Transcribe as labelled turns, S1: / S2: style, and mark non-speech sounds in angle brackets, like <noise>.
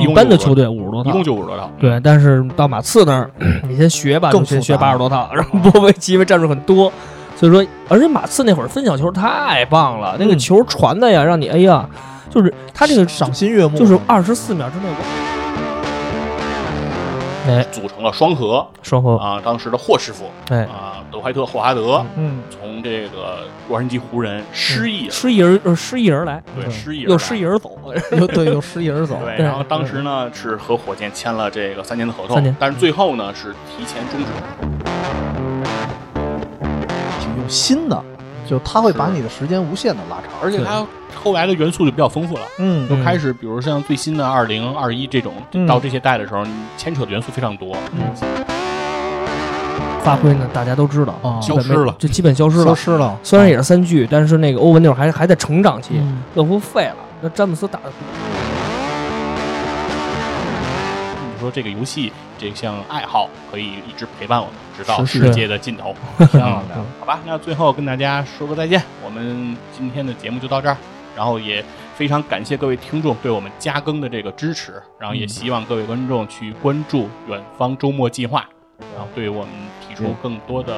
S1: 一
S2: 共
S1: 般的
S2: 就五
S1: 球队五十多
S2: 一
S1: 套
S2: 共。就五十多套。
S1: 哦对，但是到马刺那儿，你先学吧，
S3: 更
S1: 就先
S3: 复
S1: 学
S3: 杂
S1: 八十多套。 <laughs> 然后波维奇因为战术很多，所以说，而且马刺那会儿分享球太棒了，那个
S3: 嗯
S1: 球传的呀，让你哎呀，就是他这个
S3: 赏心悦目，
S1: 就是二十四秒之内我。哎，
S2: 组成了双核
S1: 双核，
S2: 啊，当时的霍师傅
S1: 哎，
S2: 啊，德怀特·霍华德
S3: 嗯，
S2: 从这个洛杉矶湖人失意了，
S1: 失意而呃失意而来，
S2: 对，
S3: 嗯
S2: 失意而
S1: 又
S2: 来
S1: 失意而走， <laughs>
S3: 有对有失意而走，
S2: 对，
S1: 对嗯
S2: 然后当时呢是和火箭签了这个三年的合
S1: 三
S2: 同
S1: 年，
S2: 但是最后呢是提前终止。
S3: 挺用心的，就他会把
S2: 是
S3: 你的时间无限的拉长，
S2: 而且它后来的元素就比较丰富了，
S3: 嗯
S2: 就开始比如像最新的二零二一这种
S3: 嗯
S2: 到这些代的时候，你牵扯的元素非常多。
S1: 发挥呢，大家都知道，
S3: 啊
S1: 基本
S2: 消失
S1: 没
S2: 了
S1: 嗯就基本消失
S3: 消
S1: 了。
S3: 失了，
S1: 虽然也是三巨，但是那个欧文那会儿还还在成长期，
S3: 嗯
S1: 勒夫废了，那詹姆斯打的
S2: 你说这个游戏这项爱好可以一直陪伴我们，直到
S3: 是是
S2: 世界的尽头，这样的
S3: <laughs> 嗯，
S2: 好吧？那最后跟大家说个再见，我们今天的节目就到这儿，然后也。非常感谢各位听众对我们加更的这个支持，然
S3: 嗯
S2: 后也希望各位观众去关注远方周末计划，然后对我们提出更多的